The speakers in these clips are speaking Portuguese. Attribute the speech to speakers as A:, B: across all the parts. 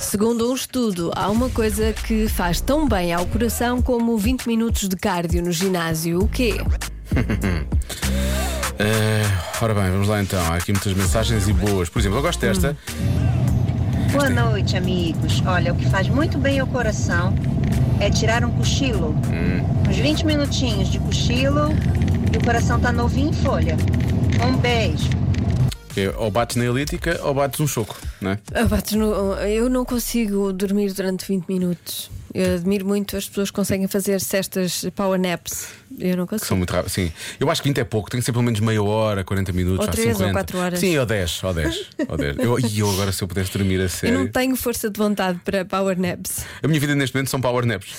A: Segundo um estudo, há uma coisa que faz tão bem ao coração como 20 minutos de cardio no ginásio. O quê?
B: Eh, ora bem, vamos lá então. Há aqui muitas mensagens e boas. Por exemplo, eu gosto desta.
C: Boa noite, amigos. Olha, o que faz muito bem ao coração é tirar um cochilo. Uns 20 minutinhos de cochilo e o coração tá novinho em folha. Um beijo.
A: Hum.
B: que é ou bates na elíptica ou bates um choco, não é?
A: Ah, pá, tu não- Eu não consigo dormir durante 20 minutos. Eu admiro muito as pessoas que conseguem fazer cestas power naps. Eu não
B: Que são
A: consigo.
B: muito rápidos. Sim, eu acho que 20 é pouco, tem que ser pelo menos meia hora, 40 minutos,
A: Ou
B: vá,
A: três ou
B: 50.
A: quatro horas.
B: Sim, ou 10, ou 10. ou 10. Eu, e eu agora, se eu pudesse dormir a
A: Eu
B: sério.
A: não tenho força de vontade para power naps.
B: A minha vida neste momento são power naps.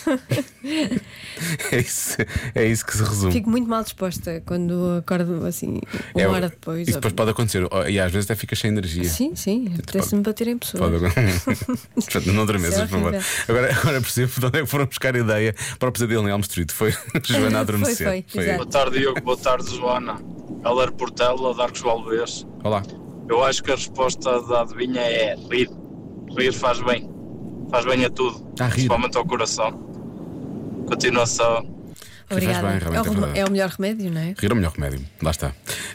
B: é, isso, é isso que se resume.
A: Fico muito mal disposta quando acordo assim uma
B: É,
A: hora depois.
B: Isso depois
A: ou-
B: pode acontecer. Ó, E às vezes até ficas sem energia.
A: Sim, sim, apetece-me bater em pessoas.
B: Pode
A: Isso
B: Portanto, não
A: é
B: adormeças, por favor.
A: horrível.
B: Agora, agora percebo de onde é que foram buscar a ideia para o pesadelo em Elm Street. Foi Joana a adormecer.
A: Foi, foi, exato.
D: Boa tarde, Diogo. Boa tarde, Joana. Alar Portela, Darcos Valvez.
B: Olá.
D: Eu acho que a resposta da adivinha é rir. Rir faz bem. Faz bem a tudo.
B: Ah, rir.
D: Principalmente ao coração. Continuação.
A: Obrigada.
B: Faz bem, realmente,
A: é, o
B: é
A: rem-
B: verdade.
A: é o melhor remédio, não é?
B: Rir é o melhor remédio. Lá está.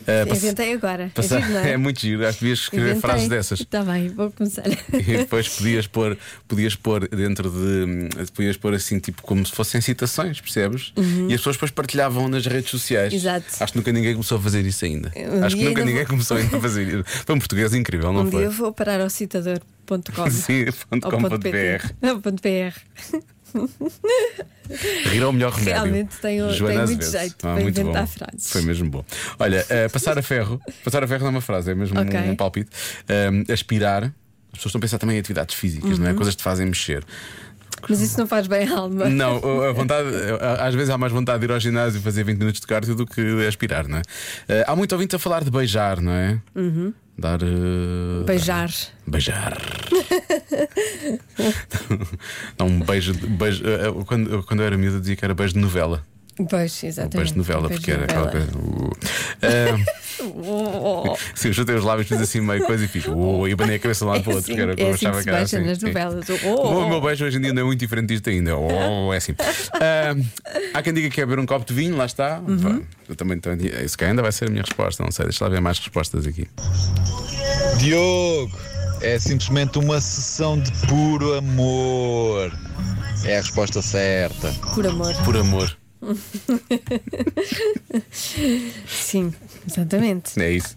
B: Ah, passe-
A: Inventei agora.
B: passa-
A: é giro, não é?
B: É muito giro. Acho que devias escrever
A: Inventei.
B: frases dessas.
A: Tá bem, vou começar.
B: E depois podias pôr, podias pôr dentro de. hum, Podias pôr assim, tipo, como se fossem citações, percebes? E as pessoas depois partilhavam nas redes sociais.
A: Uhum. Exato.
B: Acho que nunca ninguém começou a fazer isso ainda.
A: Um
B: Acho que
A: dia ainda
B: nunca ninguém
A: vou-
B: começou ainda a fazer isso. Foi um português incrível, não
A: um dia
B: foi?
A: eu vou parar ao citador.com.
B: Sim,
A: Ou
B: .com.br.
A: ponto PT. Não, ponto .br.
B: Rir é o melhor remédio.
A: Realmente tenho-
B: Joana
A: tenho
B: às
A: muito
B: vezes. Ah,
A: jeito para
B: muito
A: inventar
B: bom.
A: frases.
B: Foi mesmo bom. Olha, eh, passar a ferro. Passar a ferro não é uma frase, é mesmo um-
A: Ok.
B: um, palpite. Eh, aspirar. As pessoas estão a pensar também em atividades físicas, não
A: Uhum.
B: é? Coisas que te fazem mexer.
A: Mas isso não faz bem à alma.
B: Não, a vontade, a- às vezes há mais vontade de ir ao ginásio e fazer 20 minutos de cardio do que aspirar, não é? Eh, há muito ouvinte a falar de beijar, não é? Dar. eh,
A: Uhum. Beijar.
B: Beijar. Dá um beijo. de- beijo eh, eh, quando, eu- quando eu era miúdo, eu dizia que era beijo de novela.
A: Pois,
B: Um
A: exatamente.
B: beijo de novela,
A: Beijo de
B: porque era aquela
A: novela.
B: coisa. Uh. Ah,
A: Oh, oh, oh.
B: sim, eu juntei os lábios, fiz assim meio coisa e fiz. Uh, e banei a cabeça de um lado para o outro.
A: assim-
B: que era o que
A: é
B: eu
A: assim
B: achava
A: que se
B: que era
A: beija
B: assim,
A: nas
B: sim.
A: novelas. Oh,
B: O
A: oh,
B: meu
A: oh.
B: beijo hoje em dia não é muito diferente disto ainda. Oh, é assim. Ah, há quem diga que é beber um copo de vinho, lá está.
A: Uhum.
B: Pá, Eu também, também, isso que ainda vai ser a minha resposta. Não sei, deixa lá ver mais respostas aqui.
E: Diogo, é simplesmente uma sessão de puro amor. É a resposta certa.
A: Por amor.
B: Por amor.
A: Sim, exatamente.
B: É isso.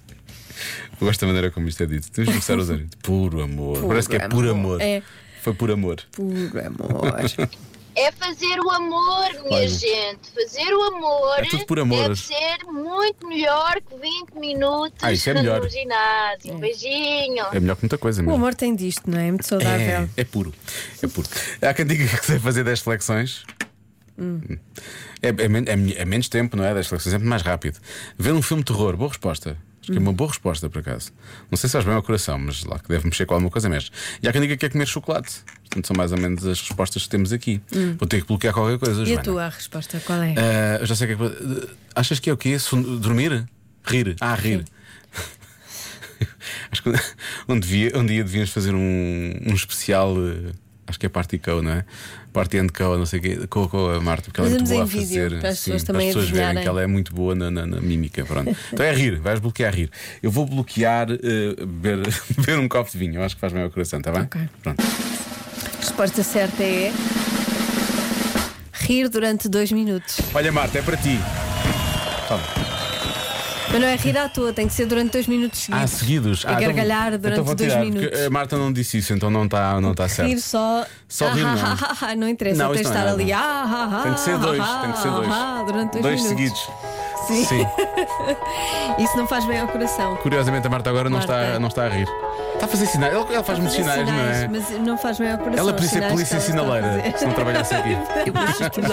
B: Eu gosto da maneira como isto é dito. Temos que começar a usar isto. Puro amor. Parece que é por amor.
A: É.
B: Foi por amor.
A: Por amor.
F: É fazer o amor, minha
B: Olha.
F: gente. Fazer o amor,
B: É tudo por amor.
F: deve ser muito melhor que 20 minutos
B: Ah, isso é melhor.
F: no ginásio. Beijinho.
B: É melhor que muita coisa
A: O
B: mesmo.
A: amor tem disto, não é? É muito saudável.
B: É, é puro. É puro. Há quem diga que sei fazer 10 flexões. É, é men- é men- é menos tempo, não é? 10 flexões é muito mais rápido. Ver um filme de terror, boa resposta. Acho que é uma boa resposta, por acaso. Não sei se faz bem ao coração, mas lá que deve mexer com alguma coisa mexe. E há quem diga que é comer chocolate. Portanto, são mais ou menos as respostas que temos aqui. Vou ter que bloquear qualquer coisa,
A: Hum. E
B: Joana.
A: a tua resposta qual é?
B: Ah, eu já sei o que é que. Achas que é o quê? Son- Dormir? Rir. Ah, rir. acho que um dia, um dia devíamos fazer um, um especial. eh, Acho que é Party Co, não é? Party and Co, não sei o quê, co, co, a Marta, porque ela
A: Fazemos
B: é muito boa
A: em
B: a
A: vídeo,
B: fazer.
A: para as
B: sim,
A: pessoas
B: para
A: também
B: as pessoas verem
A: adivinharem.
B: que ela é muito boa na, na- na mímica. Pronto. Então é rir, vais bloquear rir. Eu vou bloquear eh, beber, beber um copo de vinho, eu acho que faz bem ao coração, está bem?
A: Ok.
B: Pronto.
A: A resposta certa é. Rir durante dois minutos.
B: Olha, Marta, é para ti. Toma.
A: Mas não é rir à toa, tem que ser durante dois minutos seguidos.
B: Ah, seguidos.
A: A
B: Ah, então-
A: gargalhar durante
B: então vou
A: dois
B: tirar,
A: minutos.
B: porque A Marta não disse isso, então não está não tá
A: Rir
B: certo.
A: só.
B: Só rir,
A: Ah,
B: não é?
A: ah, ah, ah, não interessa,
B: Não,
A: tens de
B: isso não é
A: estar
B: nada.
A: ali. Ah, ah, ah,
B: Tem que ser dois,
A: ah,
B: tem que ser dois.
A: ah, ah, durante dois, minutos.
B: seguidos.
A: Sim.
B: Sim.
A: Isso não faz bem ao coração.
B: Curiosamente, a Marta agora não, está,
A: Marta. Tá
B: não está a rir. Está a fazer sinais. Ela, ela faz muitos sinais, não é?
A: Mas não faz bem ao coração.
B: Ela
A: os
B: podia ser
A: sinais
B: polícia
A: que ela está a
B: sinaleira
A: fazer.
B: se não trabalhasse aqui.